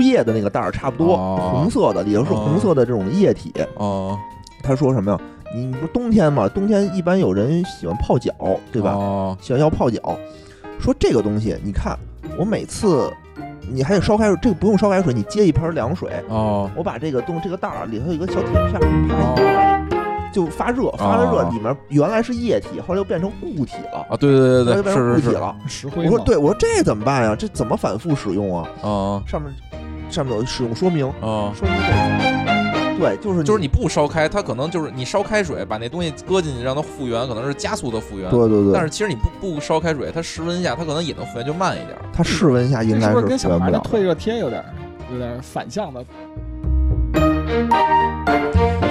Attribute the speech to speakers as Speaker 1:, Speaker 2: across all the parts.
Speaker 1: 叶的那个袋儿差不多，
Speaker 2: 哦
Speaker 1: 红色的，里头是红色的这种液体。
Speaker 2: 哦，
Speaker 1: 他说什么呀？你你不是冬天嘛，冬天一般有人喜欢泡脚，对吧？
Speaker 2: 哦，
Speaker 1: 想要泡脚，说这个东西，你看我每次，你还有烧开水，这个不用烧开水，你接一盆凉水，
Speaker 2: 哦，
Speaker 1: 我把这个东这个袋儿里头有一个小铁片儿，啪一拍，就发热，发了热，
Speaker 2: 哦
Speaker 1: 里面原来是液体，后来又变成固体了，
Speaker 2: 啊，对
Speaker 1: 后来
Speaker 2: 对对
Speaker 1: 又
Speaker 2: 对，
Speaker 1: 变成
Speaker 2: 是
Speaker 1: 固
Speaker 2: 是
Speaker 1: 体
Speaker 2: 是，
Speaker 1: 了。
Speaker 3: 石
Speaker 1: 我
Speaker 3: 灰
Speaker 1: 说
Speaker 3: 嘛，
Speaker 1: 对，我说这怎么办呀？这怎么反复使用啊？
Speaker 2: 哦
Speaker 1: 上面上面有使用说明，
Speaker 2: 哦，
Speaker 1: 说明这个对，就是
Speaker 2: 就是你不烧开，它可能就是你烧开水，把那东西搁进去，让它复原，可能是加速的复原。
Speaker 1: 对对对，
Speaker 2: 但是其实你不不烧开水，它室温下，它可能也能复原，就慢一点儿。
Speaker 1: 它室温下应
Speaker 3: 这
Speaker 1: 该
Speaker 3: 是不是跟
Speaker 1: 复
Speaker 3: 小
Speaker 1: 原
Speaker 3: 孩
Speaker 1: 不
Speaker 3: 的
Speaker 1: 了
Speaker 3: 退热贴有点儿有点儿反向的？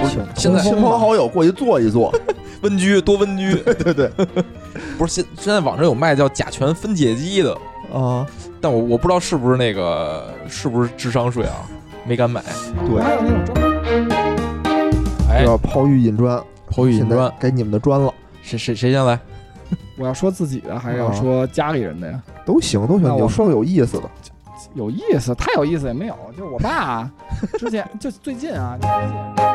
Speaker 1: 请
Speaker 2: 现在
Speaker 1: 亲朋好友过去坐一坐，
Speaker 2: 温居多温居，
Speaker 1: 对对
Speaker 2: 不是现现在网上有卖叫甲醛分解机的，
Speaker 1: 啊，
Speaker 2: 但我我不知道是不是那个是不是智商税啊，没敢买。
Speaker 1: 对
Speaker 3: 还有那种专门
Speaker 2: 哎，
Speaker 1: 要抛玉引砖，
Speaker 2: 抛玉引
Speaker 1: 现
Speaker 2: 砖
Speaker 1: 在，该你们的砖了，
Speaker 2: 谁谁谁先来？
Speaker 3: 我要说自己的，还是要
Speaker 1: 啊
Speaker 3: 说家里人的呀？
Speaker 1: 都行都
Speaker 3: 那
Speaker 1: 行，
Speaker 3: 我
Speaker 1: 有说有意思的，
Speaker 3: 有意思，太有意思也没有。就是我爸之前就最近啊，最近